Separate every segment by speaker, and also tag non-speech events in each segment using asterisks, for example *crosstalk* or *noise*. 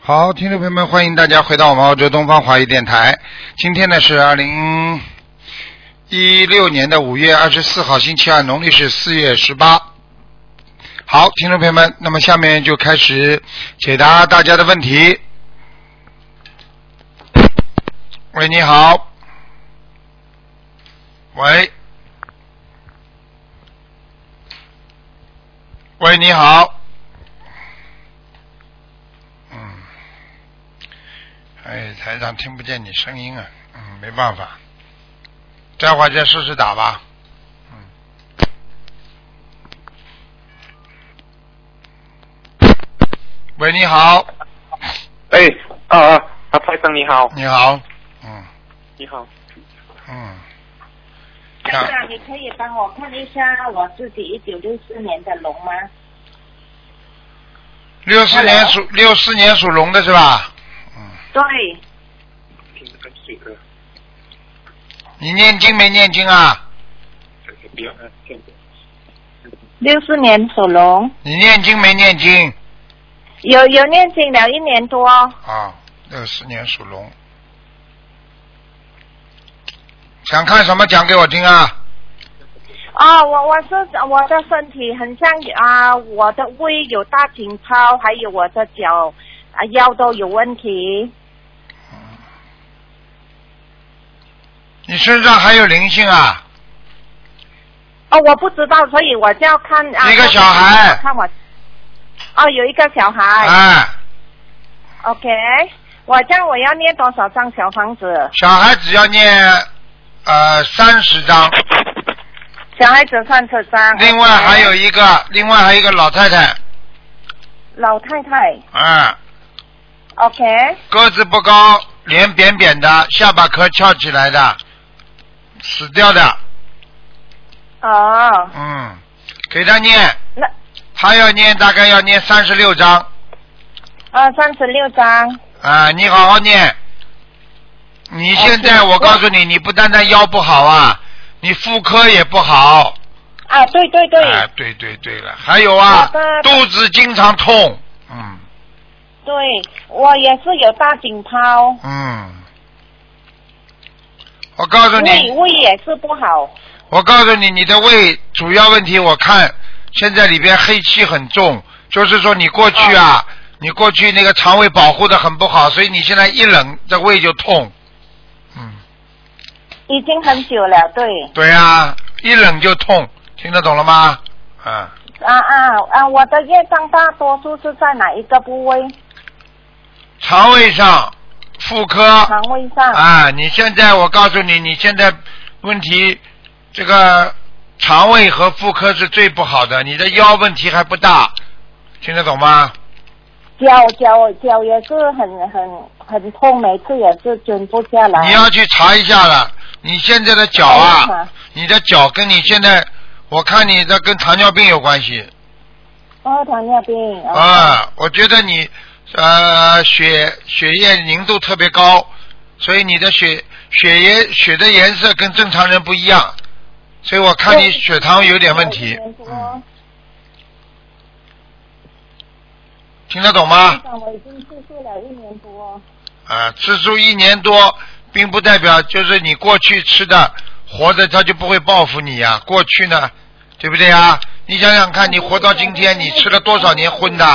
Speaker 1: 好，听众朋友们，欢迎大家回到我们澳洲东方华语电台。今天呢是二零一六年的五月二十四号，星期二，农历是四月十八。好，听众朋友们，那么下面就开始解答大家的问题。喂，你好。喂。喂，你好。嗯。哎，台长听不见你声音啊，嗯，没办法。待会儿再试试打吧。嗯喂，你好，
Speaker 2: 哎，啊啊，啊，台长你好，
Speaker 1: 你好，嗯
Speaker 2: 你好，
Speaker 1: 嗯，
Speaker 3: 台长，你可以帮我看一下我自己一九六四年的龙吗？
Speaker 1: 六四年属六四年属龙的是吧？
Speaker 3: 对，
Speaker 2: 听得很细歌，
Speaker 1: 你念经没念经啊？
Speaker 2: 这个比较安静点。
Speaker 3: 六四年属龙，
Speaker 1: 你念经没念经
Speaker 3: 有有念经了一年多。
Speaker 1: 啊？六四年属龙，想看什么讲给我听啊？
Speaker 3: 哦，我我是我的身体很像啊，我的胃有大紧泡，还有我的脚啊腰都有问题。
Speaker 1: 你身上还有灵性啊？
Speaker 3: 哦，我不知道，所以我就要看啊。
Speaker 1: 一个小孩
Speaker 3: 看我。哦，有一个小孩。
Speaker 1: 哎，
Speaker 3: OK，我这样我要念多少张小房子？
Speaker 1: 小孩子要念呃三十章，
Speaker 3: 小孩子三十张。
Speaker 1: 另外还有一个，另外还有一个老太太，
Speaker 3: 老太太。
Speaker 1: 啊，
Speaker 3: OK，
Speaker 1: 个子不高，脸扁扁的，下巴颏翘起来的，死掉的，
Speaker 3: 哦，
Speaker 1: 嗯，给他念，
Speaker 3: 那
Speaker 1: 他要念大概要念三十六章
Speaker 3: 呃三十六张，
Speaker 1: 啊，你好好念。你现在
Speaker 3: 哦是
Speaker 1: 我告诉你，你不单单腰不好啊，你妇科也不好，
Speaker 3: 啊对对对，
Speaker 1: 哎，对对对了，还有啊
Speaker 3: 好的，
Speaker 1: 肚子经常痛，嗯
Speaker 3: 对我也是有大颈泡，
Speaker 1: 嗯，我告诉你，
Speaker 3: 胃胃也是不好，
Speaker 1: 我告诉你，你的胃主要问题，我看现在里边黑气很重，就是说你过去啊，你过去那个肠胃保护的很不好，所以你现在一冷，这胃就痛。嗯，
Speaker 3: 已经很久了，对，
Speaker 1: 对啊，一冷就痛，听得懂了吗？啊，
Speaker 3: 啊啊啊，我的业障大多数是在哪一个部位？
Speaker 1: 肠胃上、妇科
Speaker 3: 肠胃上。
Speaker 1: 啊，你现在我告诉你，你现在问题这个肠胃和妇科是最不好的，你的腰问题还不大，听得懂吗？
Speaker 3: 脚脚脚也是很很很痛，每次也是蹲不下来。
Speaker 1: 你要去查一下了，你现在的脚
Speaker 3: 哎呀
Speaker 1: 啊，你的脚跟你现在，我看你的跟糖尿病有关系
Speaker 3: 哦，糖尿病。哦，
Speaker 1: 啊。我觉得你呃血血液凝度特别高，所以你的血血液血的颜色跟正常人不一样，所以我看你
Speaker 3: 对
Speaker 1: 血糖有点问题，嗯，听得懂吗？
Speaker 3: 长，我已经去世了一年多。
Speaker 1: 啊，吃素一年多，并不代表就是你过去吃的活着，它就不会报复你呀、过去呢，对不对呀、你想想
Speaker 3: 嗯
Speaker 1: 看，你活到今天，你吃了多少年荤的？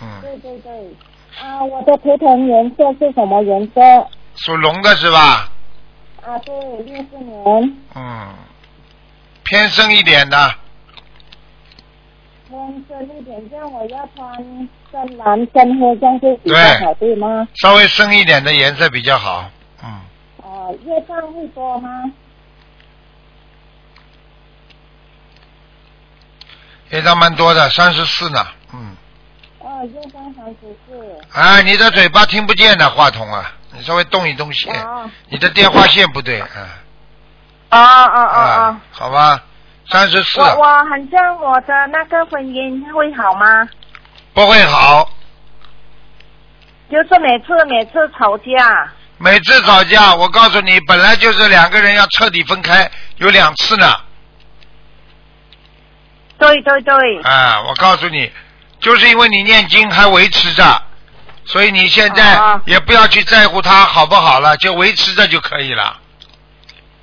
Speaker 1: 嗯，
Speaker 3: 对对对。啊，我的图腾颜色是什么颜色？
Speaker 1: 属龙的是吧？
Speaker 3: 啊，对，六四年，
Speaker 1: 嗯，偏深一点的，
Speaker 3: 穿深一点，这样我要穿深蓝、深黑，这样是比较好，对吗？
Speaker 1: 稍微深一点的颜色比较好。嗯，
Speaker 3: 啊，月账会多吗？
Speaker 1: 也张蛮多的，三十四呢。嗯，
Speaker 3: 哦，月账还不是。
Speaker 1: 啊，你的嘴巴听不见的话筒啊，你稍微动一动线，
Speaker 3: 啊
Speaker 1: 你的电话线不对，啊
Speaker 3: 啊啊啊
Speaker 1: 啊
Speaker 3: 啊！，
Speaker 1: 好吧，三十四。
Speaker 3: 我我很像我的那个婚姻会好吗？
Speaker 1: 不会好。
Speaker 3: 就是每次每次吵架，
Speaker 1: 每次吵架，我告诉你，本来就是两个人要彻底分开，有两次呢。
Speaker 3: 对对对，
Speaker 1: 啊，我告诉你，就是因为你念经还维持着，所以你现在
Speaker 3: 啊
Speaker 1: 也不要去在乎它好不好了，就维持着就可以了。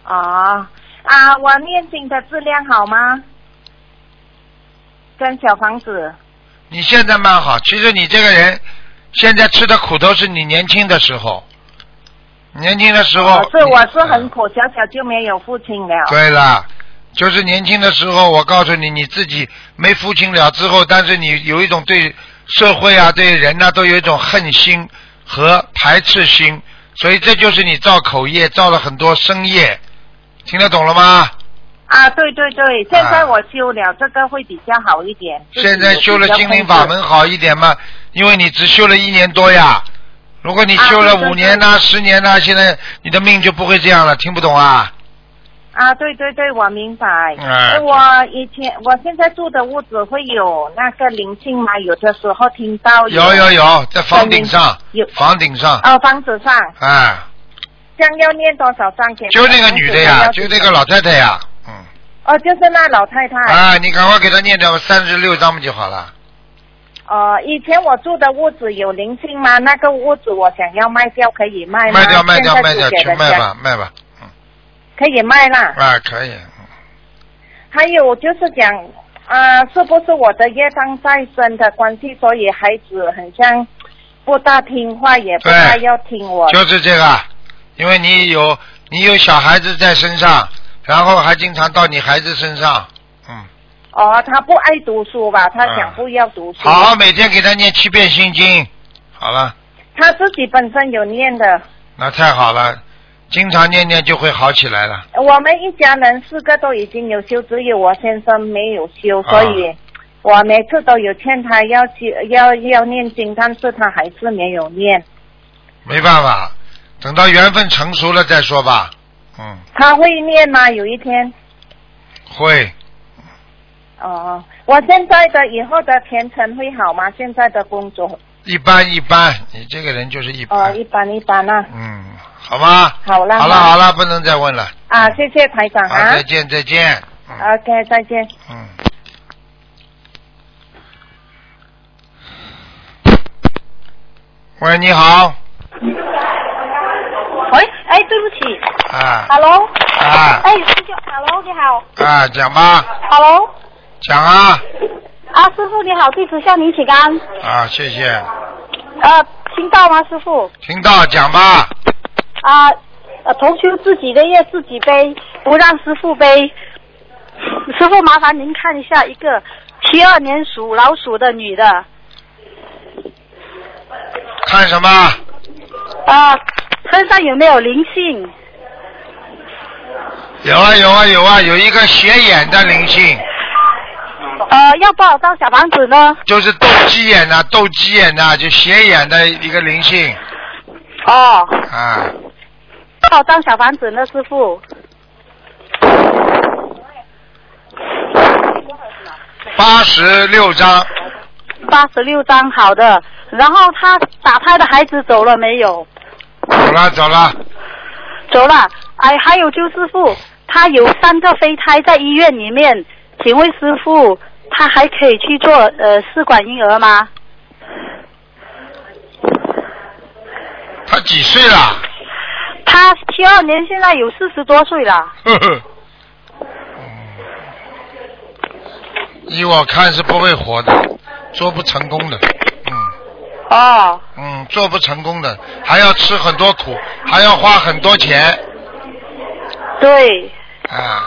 Speaker 3: 哦，啊，我念经的质量好吗？跟小房子
Speaker 1: 你现在蛮好，其实你这个人现在吃的苦都是你年轻的时候，年轻的时候。
Speaker 3: 哦是我是很
Speaker 1: 嗯
Speaker 3: 苦，小小就没有父亲了。
Speaker 1: 对了，就是年轻的时候，我告诉你，你自己没父亲了之后，但是你有一种对社会啊、对人呐、都有一种恨心和排斥心，所以这就是你造口业，造了很多生业，听得懂了吗？
Speaker 3: 啊，对对对，现在
Speaker 1: 啊
Speaker 3: 我修了、这个会比较好一点。就是
Speaker 1: 现在修了心灵法门好一点嘛，因为你只修了一年多呀。如果你修了
Speaker 3: 啊对对
Speaker 1: 五年呐、十年呐、现在你的命就不会这样了，听不懂啊？
Speaker 3: 啊，对对对，我明白。
Speaker 1: 哎
Speaker 3: 我以前我现在住的屋子会有那个灵性吗？有的时候听到
Speaker 1: 有有
Speaker 3: 哦有。
Speaker 1: 有，在房顶上
Speaker 3: 有，
Speaker 1: 房顶上，
Speaker 3: 啊，房子上
Speaker 1: 哎。
Speaker 3: 将要念多少张给？
Speaker 1: 就那个女的呀，就那个。老太太呀，嗯，
Speaker 3: 哦，就是那老太太。
Speaker 1: 啊，你赶快给她念掉三十六章不就好了？
Speaker 3: 哦，以前我住的屋子有灵性吗？那个屋子我想要卖掉，可以卖吗？
Speaker 1: 卖掉，卖掉，
Speaker 3: 哎现在
Speaker 1: 卖
Speaker 3: 租
Speaker 1: 掉，
Speaker 3: 给嗯
Speaker 1: 去
Speaker 3: 人
Speaker 1: 卖
Speaker 3: 家，
Speaker 1: 吧，卖吧，
Speaker 3: 可以卖啦。
Speaker 1: 啊，可以，
Speaker 3: 还有就是讲啊、是不是我的业障在身的关系，所以孩子很像不大听话，也不大
Speaker 1: 对
Speaker 3: 要听我。
Speaker 1: 就是这个，啊因为你有你有小孩子在身上，然后还经常到你孩子身上，嗯，
Speaker 3: 哦，他不爱读书吧？他想
Speaker 1: 嗯
Speaker 3: 不要读书。
Speaker 1: 好，每天给她念七遍心经，好了，
Speaker 3: 他自己本身有念的。
Speaker 1: 那太好了，经常念念就会好起来了。
Speaker 3: 我们一家人四个都已经有修，只有我先生没有修，
Speaker 1: 啊
Speaker 3: 所以我每次都有劝他要修，要要念经，但是他还是没有念。
Speaker 1: 没办法，等到缘分成熟了再说吧，嗯，
Speaker 3: 他会念吗？有一天？
Speaker 1: 会。
Speaker 3: 哦，我现在的以后的前程会好吗？现在的工作，
Speaker 1: 一般一般，你这个人就是一般。
Speaker 3: 哦，一般一般啊。
Speaker 1: 嗯，好吧。
Speaker 3: 好了
Speaker 1: 哎好了
Speaker 3: 好
Speaker 1: 好了，不能再问了。
Speaker 3: 啊，谢谢台长
Speaker 1: 好，
Speaker 3: 啊。
Speaker 1: 再见再见。嗯
Speaker 3: OK，再见。
Speaker 1: 嗯。喂，你好。
Speaker 4: 喂，哎，对不起
Speaker 1: 啊
Speaker 4: ，Hello，
Speaker 1: 啊
Speaker 4: 哎，师兄，Hello，你好
Speaker 1: 啊，讲吧，
Speaker 4: ，Hello，
Speaker 1: 讲啊
Speaker 4: 啊，师傅你好，弟子向您请安，
Speaker 1: 啊，谢谢，
Speaker 4: 呃，听到吗，师傅？
Speaker 1: 听到讲吧，
Speaker 4: 啊，呃，同修自己的业自己背，不让师傅背。师傅，麻烦您看一下一个七二年属老鼠的女的，
Speaker 1: 看什么？
Speaker 4: 啊，身上有没有灵性？
Speaker 1: 有啊有啊有啊，有一个斜眼的灵性，
Speaker 4: 呃，要多少张小房子呢？
Speaker 1: 就是斗鸡眼呐、斗鸡眼呐、就斜眼的一个灵性
Speaker 4: 哦，
Speaker 1: 啊。
Speaker 4: 多少张小房子呢，师傅？
Speaker 1: 八十六章，
Speaker 4: 八十六张，好的。然后他打胎的孩子走了没有？
Speaker 1: 走了走了，
Speaker 4: 走了。哎，还有就是师傅，他有三个胚胎在医院里面，请问师傅，他还可以去做呃试管婴儿吗？
Speaker 1: 他几岁了？ *laughs*
Speaker 4: 他七二年，现在有四十多岁了。
Speaker 1: 呵呵，嗯，依我看是不会活的，做不成功的，嗯
Speaker 4: 哦，
Speaker 1: 嗯，做不成功的，还要吃很多苦，还要花很多钱
Speaker 4: 对，
Speaker 1: 啊，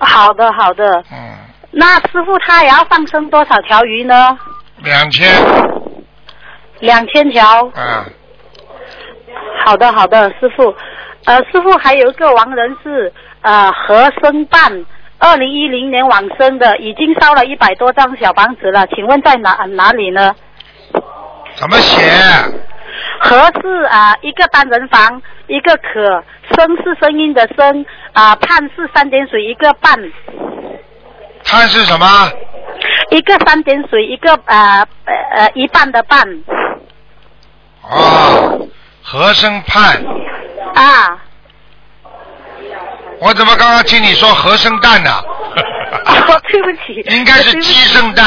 Speaker 4: 好的好的。
Speaker 1: 嗯，
Speaker 4: 那师傅他也要放生多少条鱼呢？
Speaker 1: 两千
Speaker 4: 两千条。
Speaker 1: 啊，
Speaker 4: 好的，好的，师傅。呃，师傅还有一个亡人是呃何生办，二零一零年往生的，已经烧了一百多张小房子了，请问在哪哪里呢？
Speaker 1: 怎么写？
Speaker 4: 何是啊、一个单人房，一个可生是声音的生啊、盼是三点水一个半，
Speaker 1: 贪是什么？
Speaker 4: 一个三点水一个呃呃呃一半的半
Speaker 1: 哦，和生盼，
Speaker 4: 啊。
Speaker 1: 我怎么刚刚听你说和生蛋呢？ *laughs*
Speaker 4: 哦，对不起，
Speaker 1: 应该是鸡生蛋。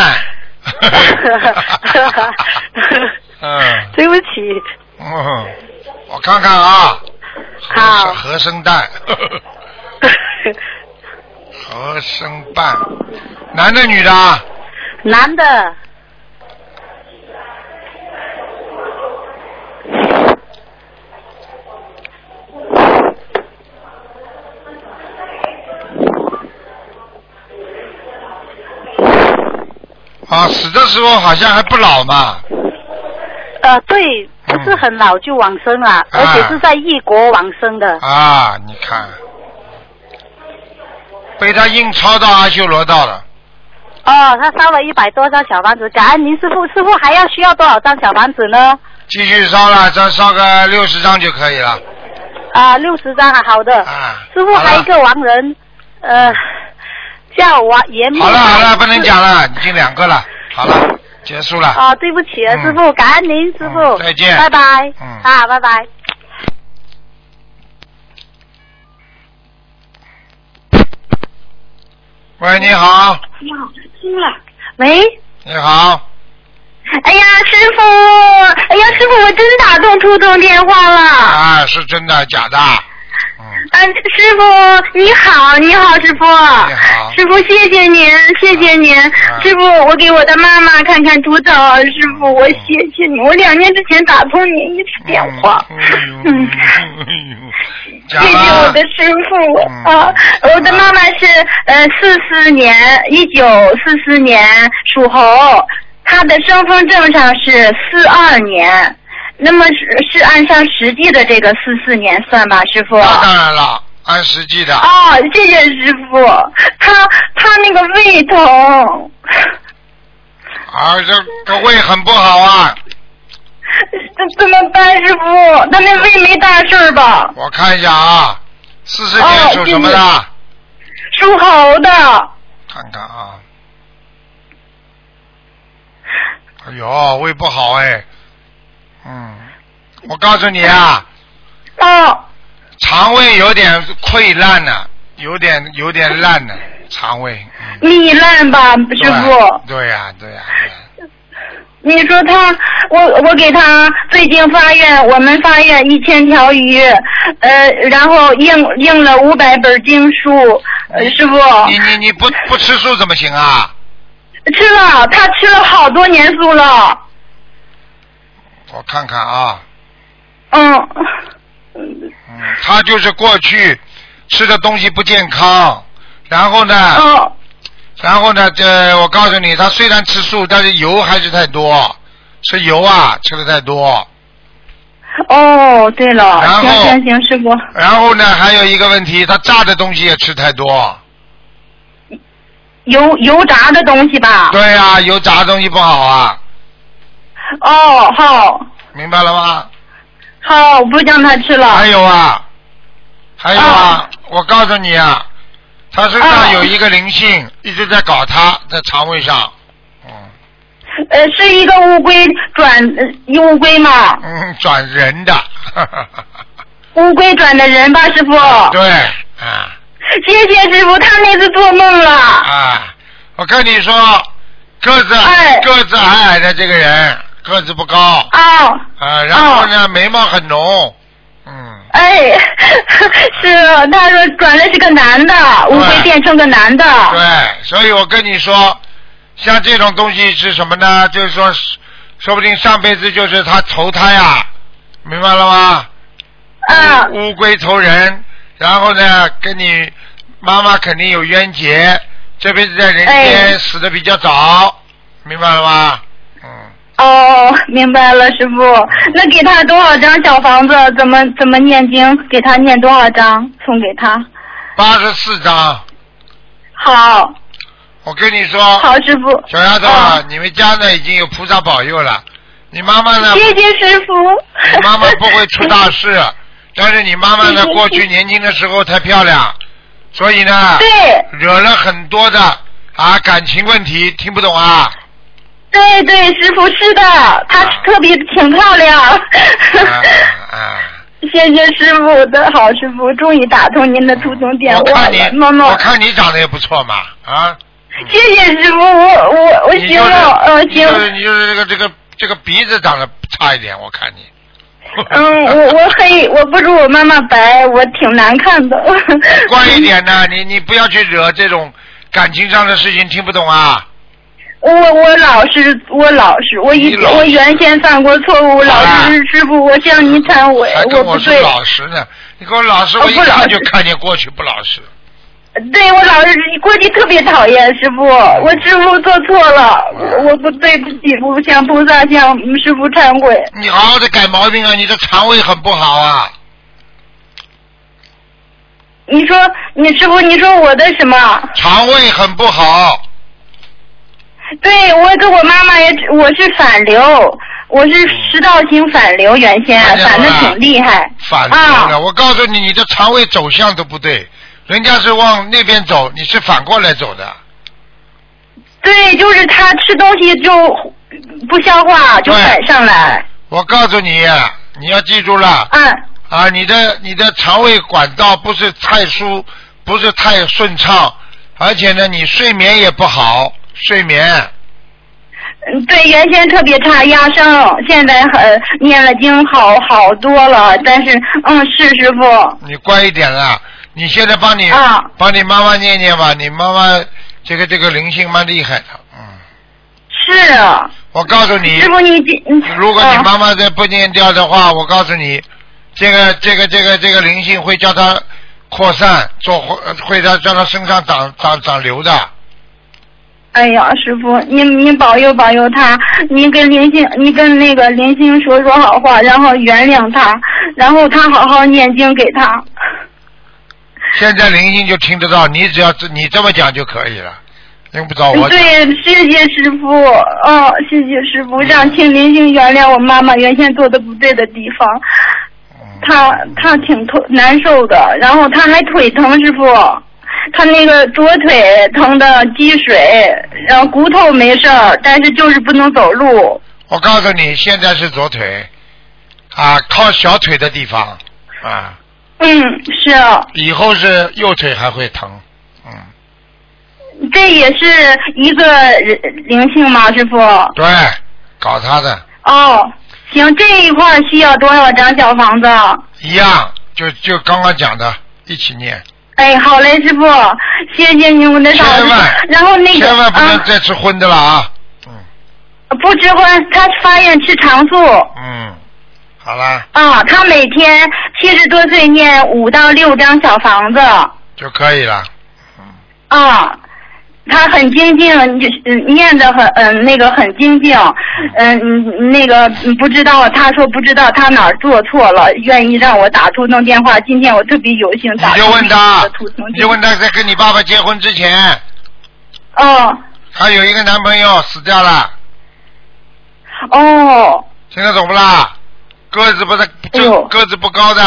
Speaker 1: 嗯，
Speaker 5: 对不起，
Speaker 1: 嗯，我看看啊，
Speaker 5: 好
Speaker 1: 和生蛋， *laughs* 和生蛋，男的女的啊？
Speaker 5: 男的，
Speaker 1: 啊，死的时候好像还不老嘛，
Speaker 5: 呃，对，不是很老就往生
Speaker 4: 啊
Speaker 5: 了，而且是在异国往生的，
Speaker 1: 啊，你看，被他硬抄到阿修罗道了，
Speaker 5: 哦，他烧了一百多张小房子，感恩您师傅，师傅还要需要多少张小房子呢？
Speaker 1: 继续烧了，再烧个六十张就可以了，
Speaker 5: 啊，六十张啊，好的。
Speaker 1: 啊，
Speaker 5: 师傅还有一个亡人，呃，叫王严明。
Speaker 1: 好了好了，不能讲了，已经两个了，好了，结束了。
Speaker 5: 哦，对不起啊，
Speaker 1: 嗯
Speaker 5: 师傅，感恩您，师傅
Speaker 1: 嗯，再见
Speaker 5: 拜拜，
Speaker 1: 嗯
Speaker 5: 啊，拜拜。
Speaker 1: 喂，你好，
Speaker 6: 你好，听了。
Speaker 5: 喂，
Speaker 1: 你好，
Speaker 6: 哎呀，师傅，哎呀，师傅，我真打通出通电话了。啊，
Speaker 1: 啊，是真的假的？嗯，
Speaker 6: 师傅你好，你好，师傅。
Speaker 1: 你好啊
Speaker 6: 师傅，谢谢您，谢谢您，师傅，我给我的妈妈看看图腾啊，师傅，
Speaker 1: 嗯
Speaker 6: 我谢谢你，我两年之前打通您一次 *laughs* 电话，
Speaker 1: 嗯哎
Speaker 6: 嗯，，谢
Speaker 1: 讲
Speaker 6: *laughs* 谢我
Speaker 1: 了
Speaker 6: 的，师傅
Speaker 1: 嗯
Speaker 6: 啊，我的妈妈是呃四四年，一九四四年属猴，她的身份证上是四二年，那么是是按照实际的这个四四年算吧，师傅。
Speaker 1: 哎啊那当然了，按实际的，
Speaker 6: 哦，谢谢师傅，她她那个胃疼，
Speaker 1: 啊，这个胃很不好啊，
Speaker 6: 这怎么办，师傅？她那胃没大事儿吧？
Speaker 1: 我看一下啊，四十年属什么的？
Speaker 6: 哦属猴的。
Speaker 1: 看看啊，哎呦，胃不好哎，嗯，我告诉你啊，
Speaker 6: 哦
Speaker 1: 肠胃有点溃烂了、有点有点烂了、肠胃。嗯
Speaker 6: 糜烂吧，师傅。
Speaker 1: 对呀、对呀、对呀、
Speaker 6: 你说他，我我给他最近发愿，我们发愿一千条鱼，呃，然后印印了五百本经书，呃，师傅
Speaker 1: 你你你不不吃素怎么行啊？
Speaker 6: 吃了，他吃了好多年素了，
Speaker 1: 我看看啊，
Speaker 6: 嗯，
Speaker 1: 嗯，他就是过去吃的东西不健康，然后呢，
Speaker 6: 哦，
Speaker 1: 然后呢，这我告诉你，他虽然吃素，但是油还是太多，吃油啊，吃的太多。
Speaker 6: 哦，对了，
Speaker 1: 然后
Speaker 6: 行行行，师傅，
Speaker 1: 然后呢，还有一个问题，他炸的东西也吃太多。
Speaker 6: 油油炸的东西吧，
Speaker 1: 对呀、油炸的东西不好啊，
Speaker 6: 哦，好，
Speaker 1: 明白了吗？
Speaker 6: 好，不让他吃了，
Speaker 1: 还有啊，还有啊
Speaker 6: 啊，
Speaker 1: 我告诉你啊，他身上有一个灵性，一直在搞他，在肠胃上。嗯
Speaker 6: 呃，是一个乌龟转呃乌龟嘛，
Speaker 1: 嗯，转人的。
Speaker 6: 乌龟转的人吧，师傅，
Speaker 1: *laughs* 对啊
Speaker 6: *laughs* 谢谢师傅，他那次做梦了。
Speaker 1: 啊，我跟你说，个子、
Speaker 6: 哎
Speaker 1: 个子矮矮的这个人，个子不高
Speaker 6: 哦，
Speaker 1: 啊，然后呢、眉毛很浓，嗯，
Speaker 6: 哎， *laughs* 是，啊他说转的是个男的，乌龟变成个男的。
Speaker 1: 对，所以我跟你说，像这种东西是什么呢？就是说，说不定上辈子就是他投胎啊，明白了吗？
Speaker 6: 啊，
Speaker 1: 乌龟投人，然后呢，跟你妈妈肯定有冤结，这辈子在人
Speaker 6: 哎
Speaker 1: 间死的比较早，明白了吗？嗯，
Speaker 6: 哦，明白了，师傅。那给他多少张小房子？怎么怎么念经？给他念多少张？送给他。
Speaker 1: 八十四章，
Speaker 6: 好，
Speaker 1: 我跟你说，
Speaker 6: 好，师傅。
Speaker 1: 小丫头啊
Speaker 6: 啊，
Speaker 1: 你们家呢已经有菩萨保佑了，你妈妈呢？
Speaker 6: 谢谢师傅。
Speaker 1: 你妈妈不会出大事，但是你妈妈呢，
Speaker 6: 对对对
Speaker 1: 过去年轻的时候太漂亮，所以呢，
Speaker 6: *laughs* 对
Speaker 1: 惹了很多的啊感情问题，听不懂
Speaker 6: *laughs*
Speaker 1: 啊？
Speaker 6: 对对，师傅是的，她
Speaker 1: 啊
Speaker 6: 特别挺漂亮。 *laughs*
Speaker 1: 啊啊！
Speaker 6: 谢谢师傅的好，师傅终于打通您的图通电
Speaker 1: 我
Speaker 6: 话
Speaker 1: 看
Speaker 6: 了，
Speaker 1: 你，
Speaker 6: 妈妈。
Speaker 1: 我看你长得也不错嘛，啊，
Speaker 6: 谢谢师傅，我我我
Speaker 1: 你
Speaker 6: 行
Speaker 1: 就是
Speaker 6: 了，呃
Speaker 1: 你
Speaker 6: 行
Speaker 1: 就，是你就是这个这个这个鼻子长得差一点，我看你。
Speaker 6: 嗯，
Speaker 1: 啊
Speaker 6: 我我黑，我不如我妈妈白，我挺难看的。
Speaker 1: *laughs* 乖一点呢，你你不要去惹这种感情上的事情，听不懂啊？
Speaker 6: *laughs* 我我老实，我老实，我
Speaker 1: 你
Speaker 6: 以
Speaker 1: 老实
Speaker 6: 我原先犯过错误，老
Speaker 1: 啊
Speaker 6: 实师傅，我向您忏悔
Speaker 1: 还，跟
Speaker 6: 哎不
Speaker 1: 我说
Speaker 6: 对，
Speaker 1: 老实呢？你给我老实，
Speaker 6: 哦
Speaker 1: 我一
Speaker 6: 不老
Speaker 1: 看
Speaker 6: 实
Speaker 1: 就看见过去不老实。
Speaker 6: 对我老是你过去特别讨厌师傅，我师傅做错了，我我不对不起，我向菩萨向师傅忏悔。
Speaker 1: 你好好的改毛病啊！你的肠胃很不好啊！
Speaker 6: 你说你师傅，你说我的什么？
Speaker 1: 肠胃很不好，
Speaker 6: 对我跟我妈妈也，我是反流，我是食道型反流，
Speaker 1: 嗯
Speaker 6: 原先啊
Speaker 1: 看见了
Speaker 6: 反的
Speaker 1: 吧
Speaker 6: 挺厉害。
Speaker 1: 反
Speaker 6: 啊
Speaker 1: 流了。我告诉你，你的肠胃走向都不对，人家是往那边走，你是反过来走的。
Speaker 6: 对，就是他吃东西就不消化，就
Speaker 1: 对
Speaker 6: 反上来。
Speaker 1: 我告诉你，啊你要记住了
Speaker 6: 嗯，
Speaker 1: 啊！你的你的肠胃管道不是太舒，不是太顺畅，而且呢，你睡眠也不好，睡眠。
Speaker 6: 嗯对，原先特别差，压生，现在很念了经好好多了。但是，嗯，是师傅，
Speaker 1: 你乖一点啦！你现在帮你、
Speaker 6: 啊
Speaker 1: 帮你妈妈念念吧，你妈妈这个这个灵性蛮厉害的，嗯，
Speaker 6: 是
Speaker 1: 我告诉你
Speaker 6: 师，傅你今嗯
Speaker 1: 如果你
Speaker 6: 嗯
Speaker 1: 妈妈再不念掉的
Speaker 6: 啊
Speaker 1: 话，我告诉你，这个这个这个这个灵性会叫她扩散，做会呃会让叫她身上长长长瘤的，
Speaker 6: 哎呀，师傅，您您保佑保佑他，您跟林星，您跟那个林星说说好话，然后原谅他，然后他好好念经给他。
Speaker 1: 现在灵性就听得到，你只要你这么讲就可以了，用不着哦我
Speaker 6: 对，谢谢师傅，嗯，谢谢师傅，让请林星原谅我妈妈原先做的不对的地方，
Speaker 1: 嗯
Speaker 6: 她她挺痛难受的，然后她还腿疼，师傅。她那个左腿疼的积水，然后骨头没事儿，但是就是不能走路。
Speaker 1: 我告诉你，现在是左腿，啊，靠小腿的地方，啊。
Speaker 6: 嗯，是啊、
Speaker 1: 以后是右腿还会疼，嗯，
Speaker 6: 这也是一个人灵性吗，师傅？
Speaker 1: 对，搞他的
Speaker 6: 哦，行，这一块需要多少张小房子？
Speaker 1: 一样，就就刚刚讲的，一起念，
Speaker 6: 哎，好嘞，师傅，谢谢您我的
Speaker 1: 千
Speaker 6: 嫂子
Speaker 1: 万。
Speaker 6: 然后那个
Speaker 1: 千万不能
Speaker 6: 啊，
Speaker 1: 再吃荤的了啊，
Speaker 6: 不吃荤，他发愿吃长素。
Speaker 1: 嗯，好啦，
Speaker 6: 啊，他每天七十多岁念五到六张小房子。
Speaker 1: 就可以了，
Speaker 6: 啊，他很精进，就是嗯念的很嗯、那个很精进，嗯嗯那个嗯不知道，他说不知道他哪儿做错了，愿意让我打通通电话。今天我特别有幸
Speaker 1: 你
Speaker 6: 打
Speaker 1: 就
Speaker 6: 通
Speaker 1: 问他
Speaker 6: 的图腾，
Speaker 1: 你就问他在跟你爸爸结婚之前，
Speaker 6: 哦
Speaker 1: 她有一个男朋友死掉了，
Speaker 6: 哦
Speaker 1: 听得懂不啦？个子不是
Speaker 6: 哎呦
Speaker 1: 个子不高的，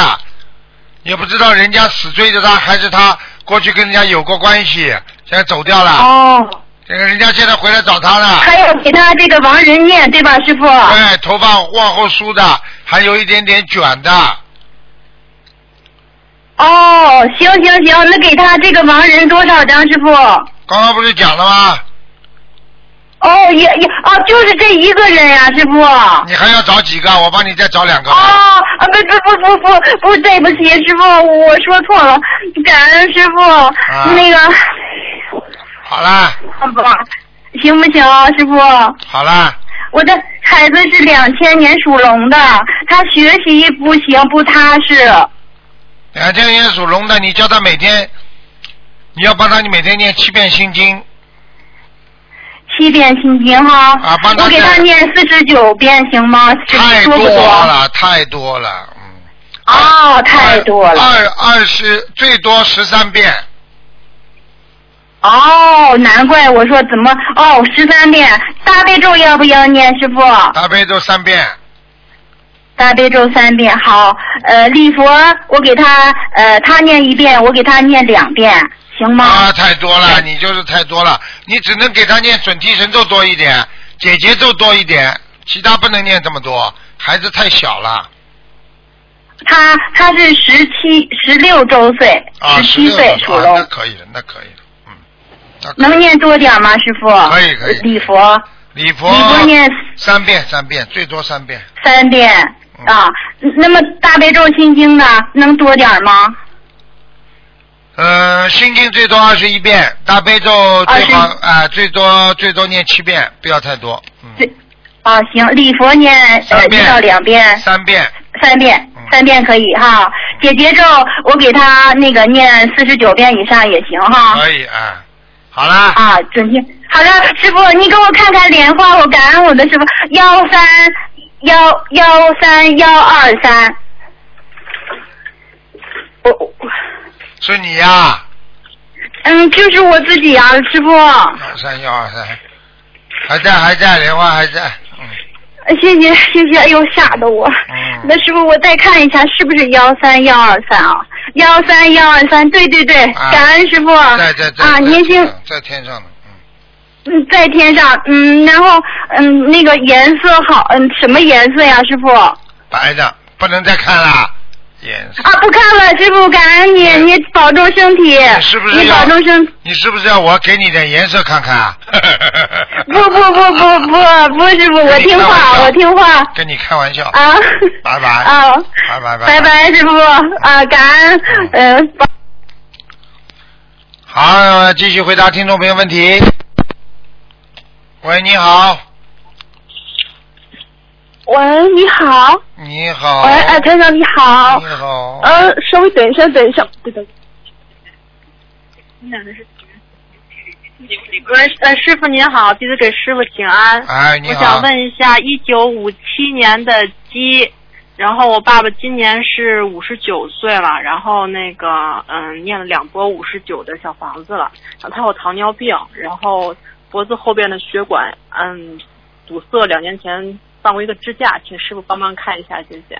Speaker 1: 也不知道人家死追着他，还是他过去跟人家有过关系，现在走掉了。
Speaker 6: 哦，
Speaker 1: 这个人家现在回来找他了，
Speaker 6: 还有给他这个亡人念对吧，师傅？
Speaker 1: 啊对，头发往后梳的，还有一点点卷的，
Speaker 6: 哦，行行行，那给他这个亡人多少张，师傅？
Speaker 1: 刚刚不是讲了吗？
Speaker 6: 哦，也也哦，就是这一个人呀、师傅。
Speaker 1: 你还要找几个？我帮你再找两个。
Speaker 6: 哦，啊不不不不不不，对不起，师傅，我说错了，感恩师傅。
Speaker 1: 啊
Speaker 6: 那个，
Speaker 1: 好啦，
Speaker 6: 好吧，行不行啊，师傅？
Speaker 1: 好啦，
Speaker 6: 我的孩子是两千年属龙的，他学习不行，不踏实。
Speaker 1: 两千年属龙的，你叫他每天，你要帮他，你每天念七遍心经
Speaker 6: 七遍心经哈，
Speaker 1: 啊帮他
Speaker 6: 我给
Speaker 1: 念
Speaker 6: 他念四十九遍行吗？师傅
Speaker 1: 太
Speaker 6: 说不
Speaker 1: 多
Speaker 6: 多。啊
Speaker 1: 了，太多了，嗯。
Speaker 6: 哦，太多了。
Speaker 1: 二二十最多十三遍，
Speaker 6: 哦，难怪我说怎么哦，十三遍大悲咒要不要念，师傅？
Speaker 1: 大悲咒三遍，
Speaker 6: 大悲咒三遍，好，呃，礼佛我给他，呃，他念一遍，我给他念两遍，行吗？
Speaker 1: 啊，太多了，你就是太多了，你只能给他念准提神咒多一点，解结咒多一点，其他不能念这么多，孩子太小了
Speaker 6: 他他是十七十六周岁，
Speaker 1: 啊，
Speaker 6: 七
Speaker 1: 16
Speaker 6: 岁
Speaker 1: 了
Speaker 6: 属
Speaker 1: 啊
Speaker 6: 龙
Speaker 1: 那，可以了，那可以了，嗯，大概
Speaker 6: 能念多点吗，师傅？
Speaker 1: 可以可以
Speaker 6: 礼佛，
Speaker 1: 礼佛
Speaker 6: 礼佛念
Speaker 1: 三遍三遍，最多三遍。
Speaker 6: 三遍
Speaker 1: 嗯
Speaker 6: 啊。那么大悲咒心经呢，能多点吗？
Speaker 1: 呃，心经最多二十一遍，大悲咒最好啊
Speaker 6: 20、
Speaker 1: 最多最多念七遍，不要太多。嗯，
Speaker 6: 这啊，行，礼佛念呃
Speaker 1: 三
Speaker 6: 一
Speaker 1: 遍
Speaker 6: 到两遍，
Speaker 1: 三遍，
Speaker 6: 三遍
Speaker 1: 嗯，
Speaker 6: 三遍可以哈。姐姐咒我给她那个念四十九遍以上也行哈。
Speaker 1: 可以啊。好啦，
Speaker 6: 啊，准确。好的，师傅，你给我看看莲花，我感恩我的师傅幺三幺幺三幺二三。我我
Speaker 1: 是你呀、
Speaker 6: 嗯，就是我自己啊，师傅，
Speaker 1: 幺三幺二三，还在还在，莲花还在，嗯，
Speaker 6: 谢谢谢谢，哎呦吓得我。
Speaker 1: 嗯
Speaker 6: 那师傅，我再看一下是不是幺三幺二三啊？幺三幺二三，对对对，
Speaker 1: 啊
Speaker 6: 感恩师傅。
Speaker 1: 在在在
Speaker 6: 啊，
Speaker 1: 在
Speaker 6: 您
Speaker 1: 天
Speaker 6: 先
Speaker 1: 上在天上呢，嗯，
Speaker 6: 嗯在天上，嗯，然后嗯那个颜色好，嗯什么颜色呀，师傅？
Speaker 1: 白的，不能再看了，颜色。
Speaker 6: 啊，不看了，师傅，感恩你，
Speaker 1: 对
Speaker 6: 你保重身体，
Speaker 1: 哎你是不是
Speaker 6: 你
Speaker 1: 要
Speaker 6: 保重
Speaker 1: *laughs*
Speaker 6: 身，
Speaker 1: 你是不是要我给你点颜色看看啊？
Speaker 6: 不不不不不不，师傅，我听
Speaker 1: 哎
Speaker 6: 话，我听话
Speaker 1: *laughs* 跟你开玩笑，
Speaker 6: 啊，
Speaker 1: 拜拜
Speaker 6: *laughs* 啊，
Speaker 1: 拜拜拜
Speaker 6: 拜拜，师傅啊，感恩，嗯。
Speaker 1: 好，继续回答听众朋友问题。喂，你好，
Speaker 7: 喂，你好。
Speaker 1: 你好，
Speaker 7: 喂，哎，台长你好。
Speaker 1: 你好，
Speaker 7: 呃，稍微等一下，等一下，对的。
Speaker 8: 喂，呃，师傅您好，弟子给师傅请安。
Speaker 1: 哎，你
Speaker 8: 我
Speaker 1: 好
Speaker 8: 想，问一下，一九五七年的鸡，然后我爸爸今年是五十九岁了，然后那个嗯，念了两波五十九的小房子了，然后他有糖尿
Speaker 1: 啊
Speaker 8: 病，然后脖子后边的血管嗯堵塞，两年前放过一个支架，请师傅帮忙看一下，谢谢。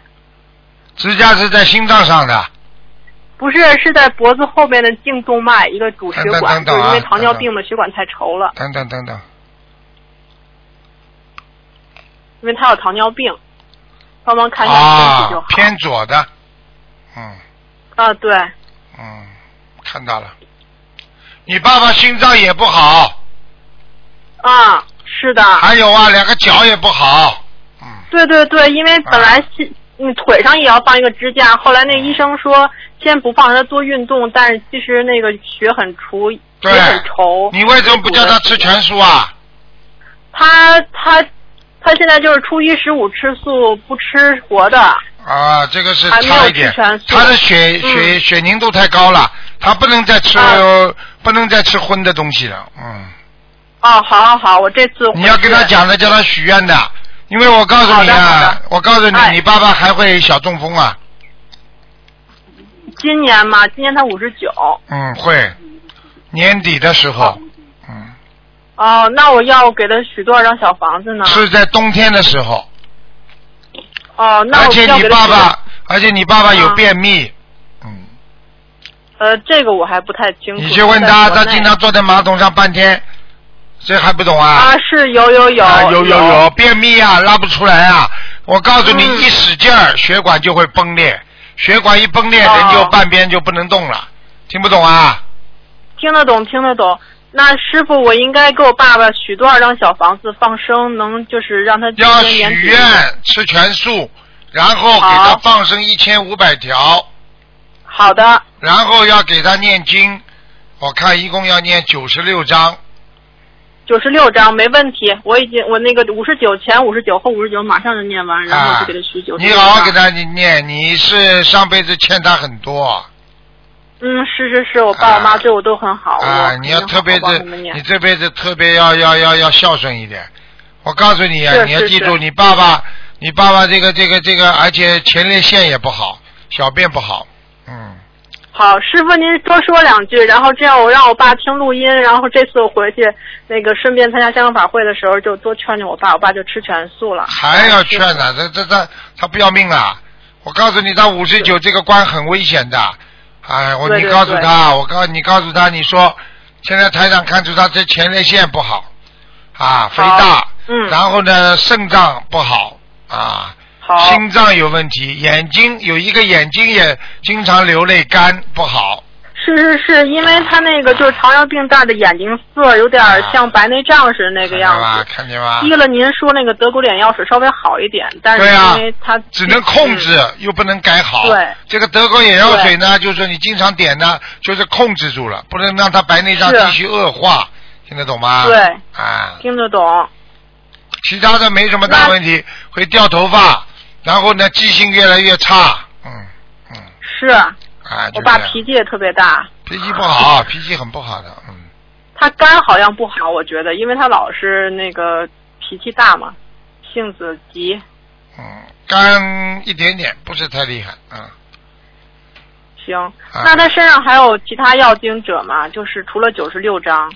Speaker 1: 支架是在心脏上的，
Speaker 8: 不是，是在脖子后边的颈动脉一个主血管，
Speaker 1: 等等等等啊
Speaker 8: 就是因为糖尿病的血管太稠了，
Speaker 1: 等等等等，
Speaker 8: 因为他有糖尿病，帮忙看一下身体就
Speaker 1: 啊
Speaker 8: 好。，
Speaker 1: 偏左的，嗯
Speaker 8: 啊，对，
Speaker 1: 嗯，看到了，你爸爸心脏也不好，
Speaker 8: 啊，是的，
Speaker 1: 还有啊，两个脚也不好，嗯，
Speaker 8: 对对对，因为本来是嗯腿上也要放一个支架，后来那医生说先不放，让他多运动，但是其实那个血很稠，
Speaker 1: 对
Speaker 8: 也很稠。
Speaker 1: 你为什么不叫他吃全素啊？
Speaker 8: 他他他现在就是初一十五吃素，不吃活的。
Speaker 1: 啊，这个是
Speaker 8: 还没有
Speaker 1: 差一点
Speaker 8: 吃全素，
Speaker 1: 他的血
Speaker 8: 嗯
Speaker 1: 血血凝度太高了，他不能再吃
Speaker 8: 啊
Speaker 1: 不能再吃荤的东西了，嗯，
Speaker 8: 哦，好好好，我这次回去
Speaker 1: 你要跟他讲的，叫他许愿的，因为我告诉你
Speaker 8: 好的好
Speaker 1: 啊
Speaker 8: 的，
Speaker 1: 我告诉你，
Speaker 8: 哎
Speaker 1: 你爸爸还会小中风啊，
Speaker 8: 今年嘛，今年他五十九。
Speaker 1: 嗯，会，年底的时候，嗯，
Speaker 8: 哦，那我要给他许多少张小房子呢？
Speaker 1: 是在冬天的时候，
Speaker 8: 哦，那
Speaker 1: 而
Speaker 8: 我
Speaker 1: 且
Speaker 8: 要
Speaker 1: 你
Speaker 8: 给他
Speaker 1: 爸
Speaker 8: 啊许多
Speaker 1: 爸，而且你爸爸有
Speaker 8: 啊
Speaker 1: 便秘，嗯，
Speaker 8: 呃，这个我还不太清楚。
Speaker 1: 你去问他，
Speaker 8: 在国
Speaker 1: 他
Speaker 8: 内
Speaker 1: 经常坐在马桶上半天，这还不懂啊
Speaker 8: 啊，是有有有、
Speaker 1: 啊、有有便秘啊，拉不出来啊！我告诉你，
Speaker 8: 嗯
Speaker 1: 一使劲儿，血管就会崩裂，血管一崩裂，
Speaker 8: 哦
Speaker 1: 人就半边就不能动了。听不懂啊？
Speaker 8: 听得懂，听得懂。那师傅，我应该给我爸爸许多少张小房子放生，能就是让他今
Speaker 1: 要许
Speaker 8: 年年底
Speaker 1: 愿吃全素，然后给
Speaker 8: 好
Speaker 1: 他放生一千五百条，
Speaker 8: 好的，
Speaker 1: 然后要给他念经。我看一共要念九十六章，
Speaker 8: 九十六张没问题。我已经我那个五十九前五十九后五十九马上就念完，然后
Speaker 1: 啊
Speaker 8: 就给他许九十
Speaker 1: 你
Speaker 8: 六。
Speaker 1: 好好给。他念，你是上辈子欠他很多
Speaker 8: 嗯，是是是，我爸我妈对我都很好。
Speaker 1: 啊
Speaker 8: 我！
Speaker 1: 你要特别
Speaker 8: 我帮
Speaker 1: 的
Speaker 8: 他们，念
Speaker 1: 你这辈子特别要要要要孝顺一点。我告诉你啊，
Speaker 8: 是
Speaker 1: 你要
Speaker 8: 是
Speaker 1: 记
Speaker 8: 是
Speaker 1: 住，你爸爸，你爸爸这个这个这个，而且前列腺也不好，小便不好，嗯，
Speaker 8: 好，师傅您多说两句，然后这样我让我爸听录音，然后这次我回去那个顺便参加香港法会的时候就多劝劝我爸，我爸就吃全素了。
Speaker 1: 还要劝呢、这这这他不要命了。我告诉你，他五十九这个关很危险的。哎，我
Speaker 8: 对
Speaker 1: 你
Speaker 8: 对
Speaker 1: 告诉
Speaker 8: 对
Speaker 1: 他，我告你告诉他，你说现在台长看出他这前列腺不好啊，肥
Speaker 8: 好
Speaker 1: 大，
Speaker 8: 嗯
Speaker 1: 然后呢肾脏不好啊，
Speaker 8: 好，
Speaker 1: 心脏有问题，眼睛有一个眼睛也经常流泪干不好，
Speaker 8: 是是是是，因为他那个就是糖尿病带的眼睛色有点
Speaker 1: 啊
Speaker 8: 像白内障似的那个样子。
Speaker 1: 看见吧？看
Speaker 8: 滴
Speaker 1: 见吧？
Speaker 8: 了您说那个德国脸药水稍微好一点，但
Speaker 1: 啊
Speaker 8: 是
Speaker 1: 对啊
Speaker 8: 因为它
Speaker 1: 只能控制，又不能改好。
Speaker 8: 嗯对
Speaker 1: 这个德国眼药水呢，就是你经常点呢，就是控制住了，不能让它白内障
Speaker 8: 是
Speaker 1: 继续恶化，听得懂吗？
Speaker 8: 对
Speaker 1: 啊，
Speaker 8: 听得懂。
Speaker 1: 其他的没什么大问题，会掉头发，然后呢，记性越来越差，嗯嗯，
Speaker 8: 是
Speaker 1: 啊，就
Speaker 8: 我爸
Speaker 1: 这样
Speaker 8: 脾气也特别大，
Speaker 1: 脾气不
Speaker 8: *laughs*
Speaker 1: 好，脾气很不好的，嗯，
Speaker 8: 他肝好像不好，我觉得，因为他老是那个脾气大嘛，性子急，
Speaker 1: 嗯，肝一点点，不是太厉害，嗯，
Speaker 8: 行。
Speaker 1: 啊
Speaker 8: 那他身上还有其他药经者吗？就是除了九十六章，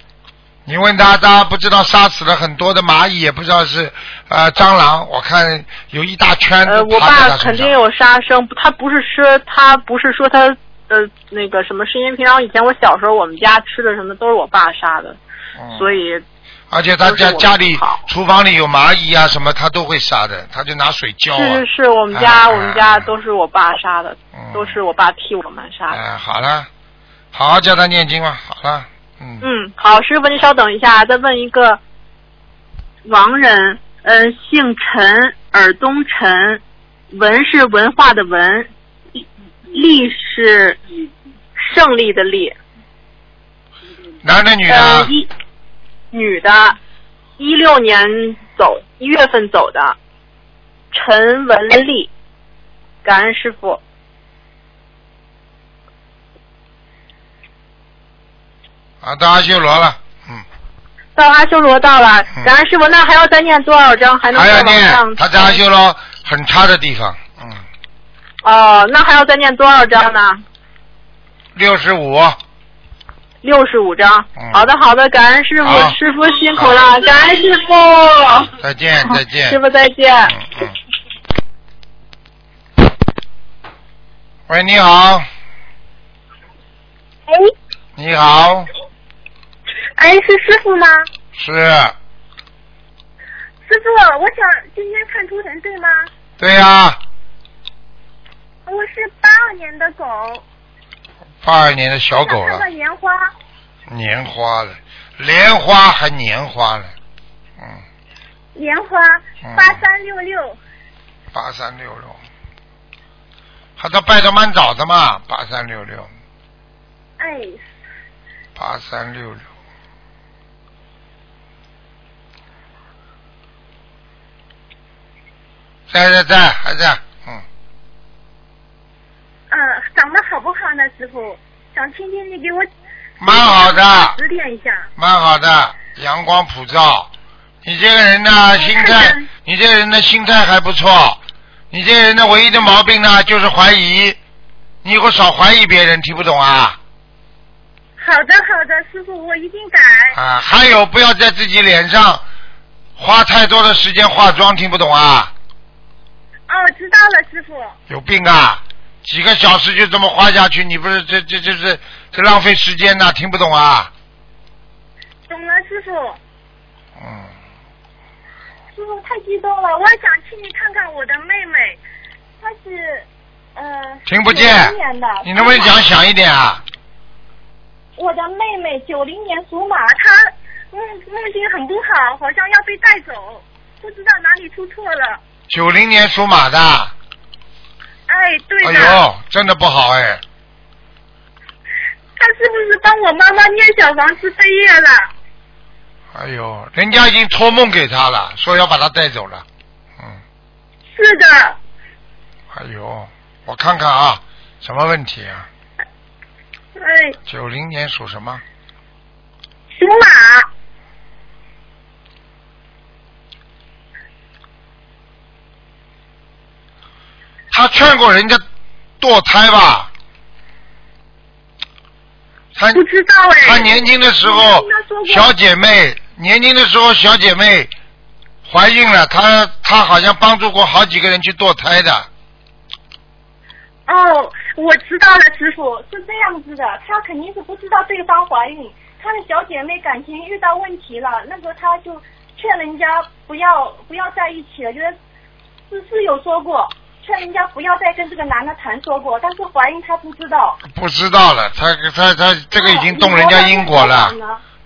Speaker 1: 你问他，他不知道杀死了很多的蚂蚁，也不知道是呃蟑螂，我看有一大圈
Speaker 8: 呃，
Speaker 1: 都
Speaker 8: 我
Speaker 1: 爬在他
Speaker 8: 爸
Speaker 1: 身
Speaker 8: 肯定
Speaker 1: 上。
Speaker 8: 有杀生，他不是说他不是说他呃那个什么，是因为平常以前我小时候我们家吃的什么都是我爸杀的，
Speaker 1: 嗯
Speaker 8: 所以
Speaker 1: 而且他
Speaker 8: 都是
Speaker 1: 家
Speaker 8: 我
Speaker 1: 家
Speaker 8: 们
Speaker 1: 里
Speaker 8: 好
Speaker 1: 厨房里有蚂蚁啊什么，他都会杀的，他就拿水浇啊
Speaker 8: 是。是是我们家、
Speaker 1: 啊
Speaker 8: 我们家都是我爸杀的，
Speaker 1: 嗯
Speaker 8: 都是我爸替我们杀的。
Speaker 1: 哎，好了，好好叫他念经吧，好了，嗯，
Speaker 8: 嗯，好，师傅，您稍等一下，再问一个王人，呃，姓陈，尔东陈，文是文化的文，利是胜利的利，
Speaker 1: 男的女的
Speaker 8: 呃
Speaker 1: 啊，，
Speaker 8: 一女的，一六年走，一月份走的，陈文丽，感恩师傅。呃
Speaker 1: 啊，到阿修罗了，嗯，
Speaker 8: 到阿修罗道了
Speaker 1: 嗯，
Speaker 8: 感恩师傅，那还要再念多少章才能
Speaker 1: 还要
Speaker 8: 再往上
Speaker 1: 哎念，他在阿修罗很差的地方，嗯，
Speaker 8: 哦，那还要再念多少章呢？
Speaker 1: 六十五，
Speaker 8: 六十五章
Speaker 1: 嗯。
Speaker 8: 好的，好的，感恩师傅
Speaker 1: 好，
Speaker 8: 师傅辛苦
Speaker 1: 好
Speaker 8: 了，感恩师傅。
Speaker 1: 再
Speaker 8: *laughs*
Speaker 1: 见再见，
Speaker 8: 师傅再见。
Speaker 1: 嗯嗯。喂，你好，
Speaker 3: 哎
Speaker 1: 你好，
Speaker 3: 哎，是师傅吗？
Speaker 1: 是
Speaker 3: 师傅，我想今天看图腾对吗？
Speaker 1: 对呀、
Speaker 3: 我是八二年的狗，
Speaker 1: 八二年的小狗了，
Speaker 3: 想看看莲花。
Speaker 1: 年花了，莲花还年花了，嗯，
Speaker 3: 莲花
Speaker 1: 嗯
Speaker 3: 八三六六，啊
Speaker 1: 八三六六，他都拜的蛮早的嘛，八三六六，
Speaker 3: 哎，
Speaker 1: 八三六六。在在在，还在，嗯，
Speaker 3: 嗯、长得好不好呢，师傅？想听听你给我
Speaker 1: 蛮好的。
Speaker 3: 指点一下。
Speaker 1: 蛮好的，阳光普照。你这个人呢，心态，你这个人的心态还不错。你这个人的唯一的毛病呢，就是怀疑。你以后少怀疑别人，听不懂啊？
Speaker 3: 好的，好的，师傅，我一定改。
Speaker 1: 啊，还有不要在自己脸上花太多的时间化妆，听不懂啊？
Speaker 3: 哦，知道了，师傅。
Speaker 1: 有病啊！几个小时就这么花下去，你不是这这这这这浪费时间呐、听不懂啊？
Speaker 3: 懂了，师傅。
Speaker 1: 嗯，
Speaker 3: 师傅太激动了，我想请你看看我的妹妹，她是呃。
Speaker 1: 听不见
Speaker 3: 90年的。
Speaker 1: 你能不能讲响一点啊？
Speaker 3: 我的妹妹九零年属马，她目目睛很不好，好像要被带走，不知道哪里出错了。
Speaker 1: 九零年属马的，
Speaker 3: 哎，对
Speaker 1: 哎
Speaker 3: 的，
Speaker 1: 呦，真的不好哎。
Speaker 3: 她是不是帮我妈妈念小房子飞页了？
Speaker 1: 哎呦，人家已经托梦给他了，说要把他带走了。嗯，
Speaker 3: 是的，
Speaker 1: 哎呦，我看看啊，什么问题啊？
Speaker 3: 哎，
Speaker 1: 九零年属什么？
Speaker 3: 属马，
Speaker 1: 他劝过人家堕胎吧？他
Speaker 3: 不知道哎。
Speaker 1: 他年轻的时候
Speaker 3: 我听他说，过
Speaker 1: 小姐妹年轻的时候，小姐妹怀孕了，他他好像帮助过好几个人去堕胎的。
Speaker 3: 哦，我知道了，师傅是这样子的，她肯定是不知道对方怀孕，她的小姐妹感情遇到问题了，那个她就劝人家不要不要在一起了，就是是是有说过，劝人家不要再跟这个男的谈说过，但是怀孕她不知道。
Speaker 1: 不知道了，他他他这个已经动人家因果了，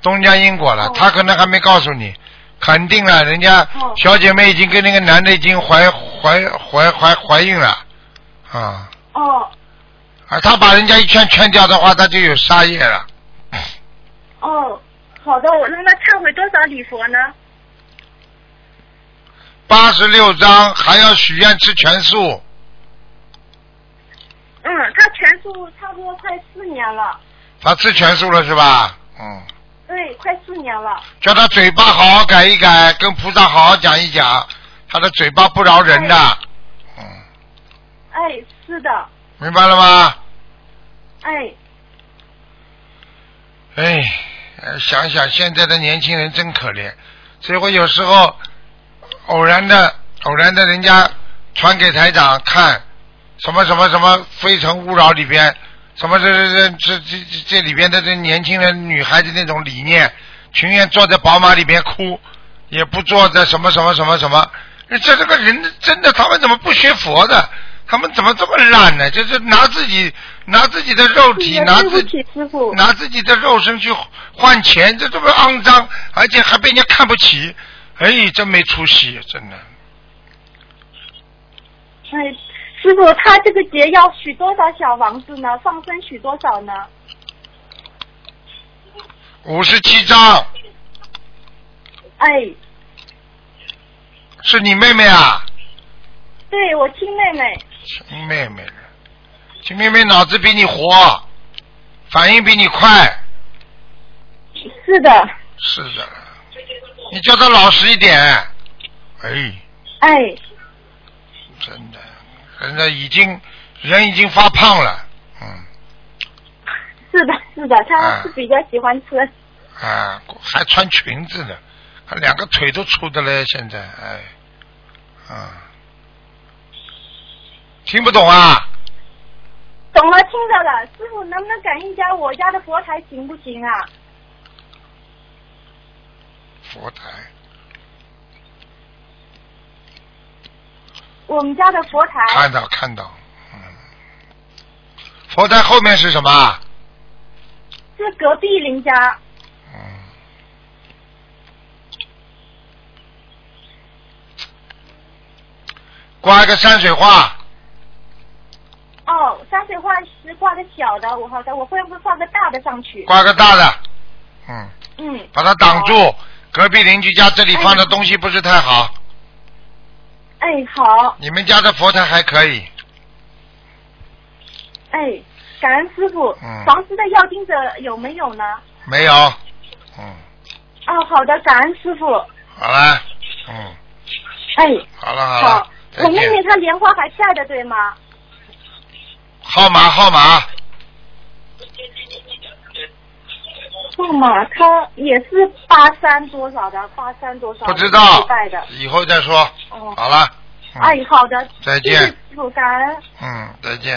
Speaker 1: 动人家因果了，他可能还没告诉你，肯定了，人家
Speaker 3: 哦
Speaker 1: 小姐妹已经跟那个男的已经怀怀怀怀怀孕了，啊，
Speaker 3: 哦
Speaker 1: 啊，他把人家一劝劝掉的话，他就有杀业了，
Speaker 3: 哦，好的，我让他忏悔多少礼佛呢？
Speaker 1: 八十六章还要许愿吃全素，
Speaker 3: 嗯，他全素差不多快四年了，
Speaker 1: 他吃全素了是吧？嗯，
Speaker 3: 对，快四年了。
Speaker 1: 叫他嘴巴好好改一改，跟菩萨好好讲一讲，他的嘴巴不饶人的，嗯，
Speaker 3: 哎，是的，
Speaker 1: 明白了吗？
Speaker 3: 哎，
Speaker 1: 哎，呃想想现在的年轻人真可怜，所以我有时候偶然的、偶然的，人家传给台长看什么什么什么《非诚勿扰》里边，什么这这这这这这这里边的这年轻人女孩子那种理念，情愿坐在宝马里边哭，也不坐在什么什么什么什么，这这个人真的，他们怎么不学佛的？他们怎么这么烂呢？就是拿自己拿自己的肉体，
Speaker 3: 是的
Speaker 1: 拿
Speaker 3: 对不
Speaker 1: 自
Speaker 3: 起师傅
Speaker 1: 拿自己的肉身去换钱，这这么肮脏，而且还被人家看不起，哎，真没出息，真的。
Speaker 3: 哎，师傅，他这个节要许多少小房子呢？放生许多少呢？
Speaker 1: 五十七章
Speaker 3: 哎，
Speaker 1: 是你妹妹啊？
Speaker 3: 对我亲妹妹，
Speaker 1: 亲妹妹，亲妹妹脑子比你活，反应比你快，
Speaker 3: 是的，
Speaker 1: 是的。你叫她老实一点，哎，
Speaker 3: 哎，
Speaker 1: 真的，人家已经人已经发胖了，嗯。
Speaker 3: 是的，是的，他是比较喜欢吃，
Speaker 1: 啊，还穿裙子呢，还两个腿都粗的嘞，现在，哎，啊，听不懂啊？
Speaker 3: 懂了，听着了。师傅，能不能感应一下我家的佛台行不行啊？
Speaker 1: 佛台，
Speaker 3: 我们家的佛台，
Speaker 1: 看到看到，嗯，佛台后面是什么啊？
Speaker 3: 是隔壁邻家，
Speaker 1: 嗯，挂一个山水画，
Speaker 3: 哦，山水画是画个小的，我好的，我会不会画个大的上去？
Speaker 1: 挂个大的，嗯，
Speaker 3: 嗯，
Speaker 1: 把它挡住。隔壁邻居家这里放的东西不是太好，
Speaker 3: 哎，好，
Speaker 1: 你们家的佛台还可以。
Speaker 3: 哎，感恩师傅。
Speaker 1: 嗯
Speaker 3: 房子的要经者有没有呢？
Speaker 1: 没有，嗯，
Speaker 3: 哦，好的，感恩师傅。
Speaker 1: 好了，嗯，
Speaker 3: 哎，
Speaker 1: 好了好了
Speaker 3: 好，，
Speaker 1: 再
Speaker 3: 我妹妹
Speaker 1: 见。
Speaker 3: 她莲花还在的，对吗？
Speaker 1: 号码号码，
Speaker 3: 号码她也是八三多少的，八三多少？
Speaker 1: 不知道
Speaker 3: 拜的。，
Speaker 1: 以后再说。
Speaker 3: 哦，
Speaker 1: 好了，嗯
Speaker 3: 哎，好的。
Speaker 1: 再
Speaker 3: 谢谢
Speaker 1: 见
Speaker 3: 师傅，感恩。
Speaker 1: 嗯，再见，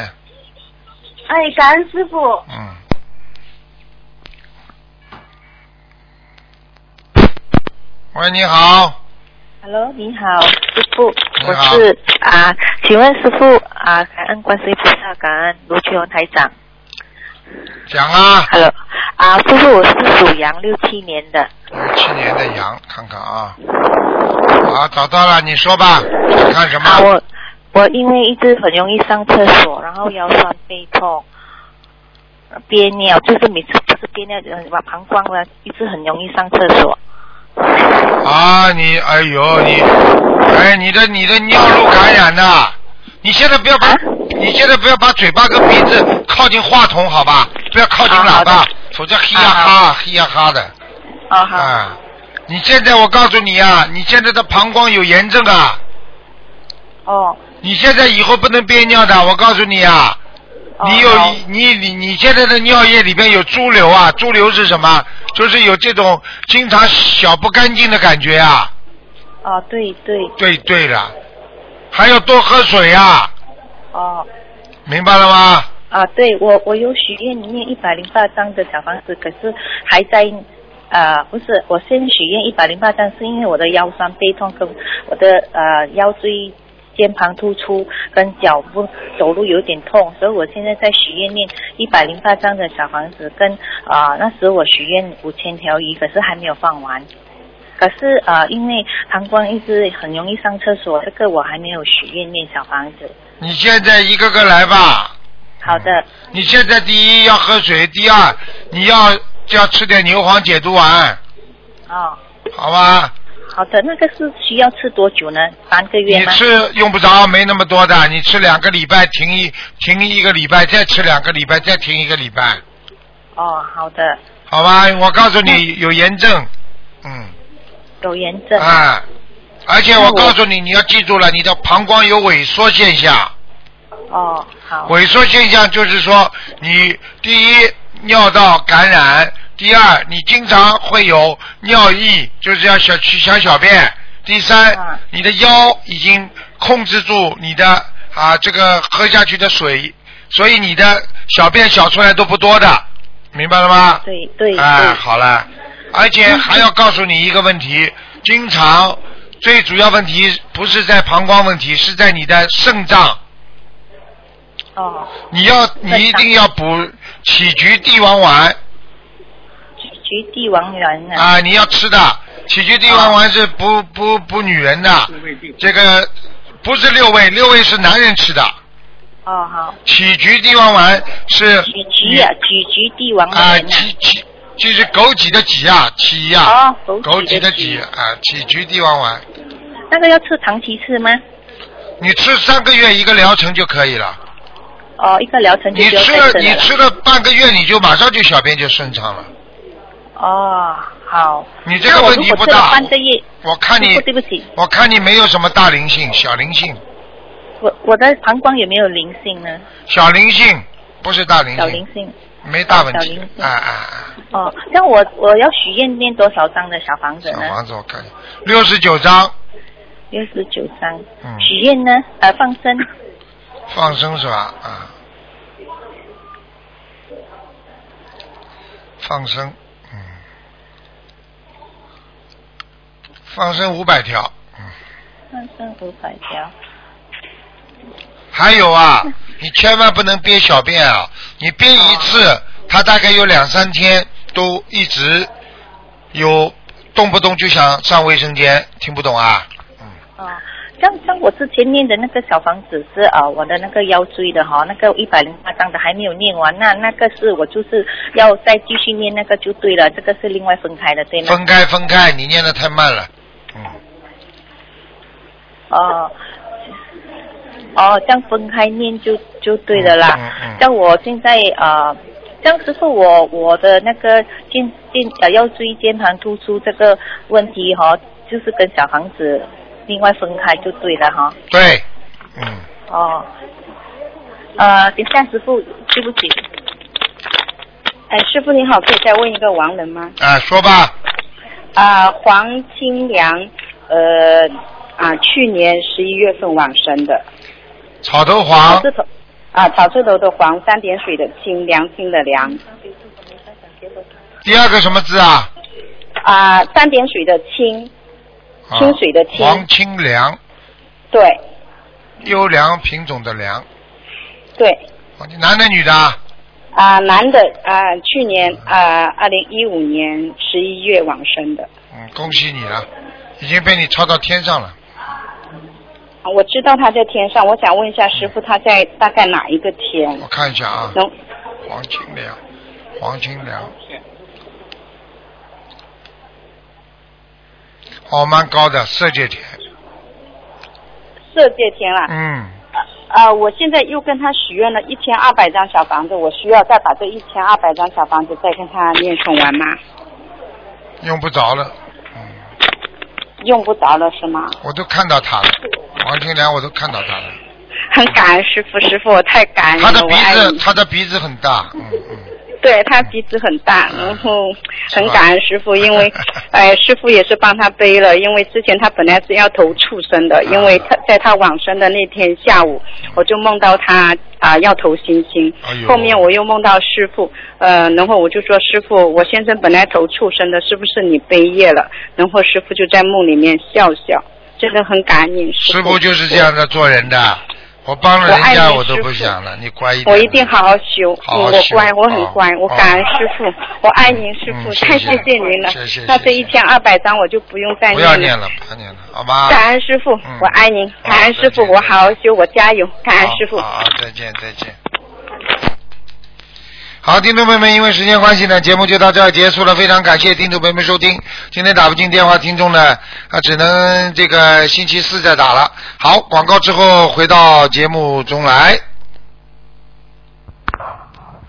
Speaker 3: 哎，感恩师傅。
Speaker 1: 嗯。喂，你好，
Speaker 4: Hello，你好，师傅，
Speaker 1: 你
Speaker 4: 我
Speaker 1: 好
Speaker 4: 是啊，请问师傅啊，感恩观世音菩萨，感恩卢秋荣台长。
Speaker 1: 讲啊，
Speaker 4: Hello，啊，师傅，我是属羊六七年的，
Speaker 1: 有去年的羊，看看啊，好，找到了，你说吧，想看什
Speaker 4: 啊，
Speaker 1: 么？
Speaker 4: 我我因为一直很容易上厕所，然后腰酸背痛，呃憋尿，就是每次就是憋尿，呃把膀胱呢一直很容易上厕所。
Speaker 1: 啊，你，哎呦，你，哎，你的你的尿路感染呐、你现在不要把、
Speaker 4: 啊
Speaker 1: 你现在不要把嘴巴跟鼻子靠近话筒，好吧？不要靠近
Speaker 4: 啊
Speaker 1: 喇
Speaker 4: 好的
Speaker 1: 叭，否则嘿呀哈嘿呀哈的
Speaker 4: 哦，好，
Speaker 1: 啊！你现在我告诉你啊，你现在的膀胱有炎症啊！
Speaker 4: 哦，
Speaker 1: 你现在以后不能憋尿的，我告诉你啊，
Speaker 4: 哦
Speaker 1: 你有
Speaker 4: 好
Speaker 1: 你你你现在的尿液里面有潴留啊，潴留是什么？就是有这种经常小不干净的感觉啊。
Speaker 4: 哦，对对，
Speaker 1: 对对了，还要多喝水啊，
Speaker 4: 哦。
Speaker 1: 明白了吗？
Speaker 4: 啊，对我我有许愿念一百零八张的小房子，可是还在啊、不是，啊我先许愿一百零八张，是因为我的腰酸背痛跟我的呃腰椎肩膀突出，跟脚步走路有点痛，所以我现在在许愿念一百零八张的小房子，跟啊、那时我许愿五千条鱼，可是还没有放完。可是呃，因为膀胱一直很容易上厕所，这个我还没有许愿念小房子。
Speaker 1: 你现在一个个来吧。
Speaker 4: 好的，
Speaker 1: 你现在第一要喝水，第二你要要吃点牛黄解毒丸，
Speaker 4: 哦，
Speaker 1: 好吧？
Speaker 4: 好的，那个是需要吃多久呢？三个月
Speaker 1: 你
Speaker 4: 吗？
Speaker 1: 吃用不着，没那么多的，你吃两个礼拜，停一停一个礼拜，再吃两个礼拜，再停一个礼拜，
Speaker 4: 哦，好的，
Speaker 1: 好吧？我告诉你，有炎症，嗯。
Speaker 4: 有炎症。
Speaker 1: 啊，而且
Speaker 4: 嗯
Speaker 1: 我告诉你，你要记住了，你的膀胱有萎缩现象。
Speaker 4: 哦，好。
Speaker 1: 萎缩现象就是说，你第一尿道感染，第二你经常会有尿意，就是要小去小小便。第三，
Speaker 4: 嗯
Speaker 1: 你的腰已经控制住你的啊这个喝下去的水，所以你的小便小出来都不多的，明白了吗？
Speaker 4: 对对嗯
Speaker 1: 啊，好了，而且还要告诉你一个问题，经常最主要问题不是在膀胱问题，是在你的肾脏。
Speaker 4: 哦。
Speaker 1: 你要你一定要补杞菊地黄丸
Speaker 4: 菊地王源呢？
Speaker 1: 啊，你要吃的杞菊地黄丸是补补补女人的，这个不是六味，六味是男人吃的，
Speaker 4: 哦，好。
Speaker 1: 杞菊地黄丸是
Speaker 4: 杞菊啊，杞菊地王
Speaker 1: 啊
Speaker 4: 源呢？
Speaker 1: 杞杞就是枸杞的杞啊，杞呀、
Speaker 4: 哦枸杞的
Speaker 1: 枸杞的杞啊，杞菊地黄丸。
Speaker 4: 那个要吃长期吃吗？
Speaker 1: 你吃三个月一个疗程就可以了。
Speaker 4: 哦，一个疗程就
Speaker 1: 你
Speaker 4: 不要
Speaker 1: 吃
Speaker 4: 再
Speaker 1: 了
Speaker 4: 吃
Speaker 1: 你
Speaker 4: 了
Speaker 1: 吃了半个月，你就马上就小便就顺畅了。
Speaker 4: 哦，好。
Speaker 1: 你这个
Speaker 4: 那我
Speaker 1: 问
Speaker 4: 如
Speaker 1: 题
Speaker 4: 果
Speaker 1: 不
Speaker 4: 吃了
Speaker 1: 大，
Speaker 4: 半个月，
Speaker 1: 我看你
Speaker 3: 哦
Speaker 4: 不对不起，
Speaker 1: 我看你没有什么大灵性，小灵性，
Speaker 4: 我我的膀胱有没有灵性呢？
Speaker 1: 小灵性不是大灵
Speaker 4: 小
Speaker 1: 性，
Speaker 4: 灵性。
Speaker 1: 没大问
Speaker 4: 小
Speaker 1: 题
Speaker 4: 灵。性
Speaker 1: 啊啊啊！
Speaker 4: 哦，那我我要许愿念多少张的小房子
Speaker 1: 小
Speaker 4: 呢？
Speaker 1: 房子我看六十九章，
Speaker 4: 六十九张。
Speaker 1: 嗯，
Speaker 4: 许愿呢？呃，放生。
Speaker 1: 放生是吧？啊，放生，嗯，放生五百条。
Speaker 4: 放生五百条。
Speaker 1: 还有啊，你千万不能憋小便啊！你憋一次，它大概有两三天都一直有，动不动就想上卫生间，听不懂啊？
Speaker 4: 哦，像像我之前念的那个小房子是啊、呃我的那个腰椎的哈，那个一百零八章的还没有念完，那那个是我就是要再继续念那个就对了，这个是另外分开的对吗？
Speaker 1: 分开分开，你念的太慢了。嗯
Speaker 4: 哦。哦，这样分开念就就对了啦。
Speaker 1: 嗯嗯嗯
Speaker 4: 像我现在呃，像师傅我我的那个肩肩呃腰椎间盘突出这个问题哈、就是跟小房子另外分开就对了哈、
Speaker 1: 对，嗯，
Speaker 4: 哦，呃，等下师傅，对不起，
Speaker 6: 哎，师傅你好，可以再问一个亡人吗？
Speaker 1: 啊，说吧，
Speaker 6: 啊、黄清良，呃，啊，去年十一月份往生的，
Speaker 1: 草头
Speaker 6: 草
Speaker 1: 黄
Speaker 6: 字头，啊，草字头的黄，三点水的清，良心的良，
Speaker 1: 第二个什么字啊？
Speaker 6: 啊，三点水的清，
Speaker 1: 啊
Speaker 6: 清水的清
Speaker 1: 黄清凉，
Speaker 6: 对
Speaker 1: 优良品种的良，
Speaker 6: 对，
Speaker 1: 哦你男的女的啊？
Speaker 6: 啊，男的啊，去年啊，二零一五年十一月往生的，
Speaker 1: 嗯，恭喜你了，已经被你抄到天上了。
Speaker 6: 啊我知道他在天上，我想问一下师傅他在大概哪一个天？
Speaker 1: 我看一下啊，
Speaker 6: 能
Speaker 1: 黄清凉，黄清凉，哦，蛮高的色界天，
Speaker 6: 色界天啦、
Speaker 1: 嗯，
Speaker 6: 啊，我现在又跟他许愿了一千二百张小房子，我需要再把这一千二百张小房子再跟他念诵完吗？
Speaker 1: 用不着了，
Speaker 6: 用不着了是吗？
Speaker 1: 我都看到他了，黄清凉我都看到他了，
Speaker 6: 很感恩师傅，师傅我太感恩
Speaker 1: 他的
Speaker 6: 嗯了，我
Speaker 1: 鼻
Speaker 6: 爱
Speaker 1: 子
Speaker 6: 你。
Speaker 1: 他的鼻子很大，嗯，
Speaker 6: 对他鼻子很大，
Speaker 1: 啊
Speaker 6: 然后很
Speaker 1: 吧
Speaker 6: 感恩师
Speaker 1: *laughs*
Speaker 6: 傅，因为哎师傅也是帮他背了，因为之前他本来是要投畜生
Speaker 1: 啊
Speaker 6: 的，因为他在他往生的那天下午，我就梦到他啊、要投星星
Speaker 9: 哎，呦
Speaker 6: 后面我又梦到师傅，呃，然后我就说师傅，我先生本来投畜生的，是不是你背业了？然后师傅就在梦里面笑笑。真的很感恩您师
Speaker 1: 师
Speaker 6: 傅
Speaker 1: 傅就是这样的做人的，我帮了
Speaker 6: 我
Speaker 1: 人
Speaker 6: 爱
Speaker 1: 家
Speaker 6: 你
Speaker 1: 我都
Speaker 6: 师
Speaker 1: 不
Speaker 6: 傅
Speaker 1: 想了，你乖一
Speaker 6: 我一
Speaker 1: 点。
Speaker 6: 定好好修，
Speaker 1: 好好
Speaker 6: 嗯我
Speaker 1: 修
Speaker 6: 乖，我很
Speaker 1: 哦
Speaker 6: 乖，我感恩师傅，我爱您师
Speaker 1: 嗯
Speaker 6: 傅，
Speaker 1: 谢
Speaker 6: 太
Speaker 1: 谢
Speaker 6: 谢谢您了。
Speaker 1: 谢谢
Speaker 6: 那
Speaker 1: 谢
Speaker 6: 这一千二百张我就不用再
Speaker 1: 不要
Speaker 6: 念
Speaker 1: 念了，啊嗯不要念了，好吧？
Speaker 6: 感恩师傅，我爱您，感恩师傅，我好好修，我加油，感恩师傅。
Speaker 1: 好，好再见，再见。好，听众朋友们，因为时间关系呢，节目就到这儿结束了。非常感谢听众朋友们收听。今天打不进电话，听众呢，啊，只能这个星期四再打了。好，广告之后回到节目中来。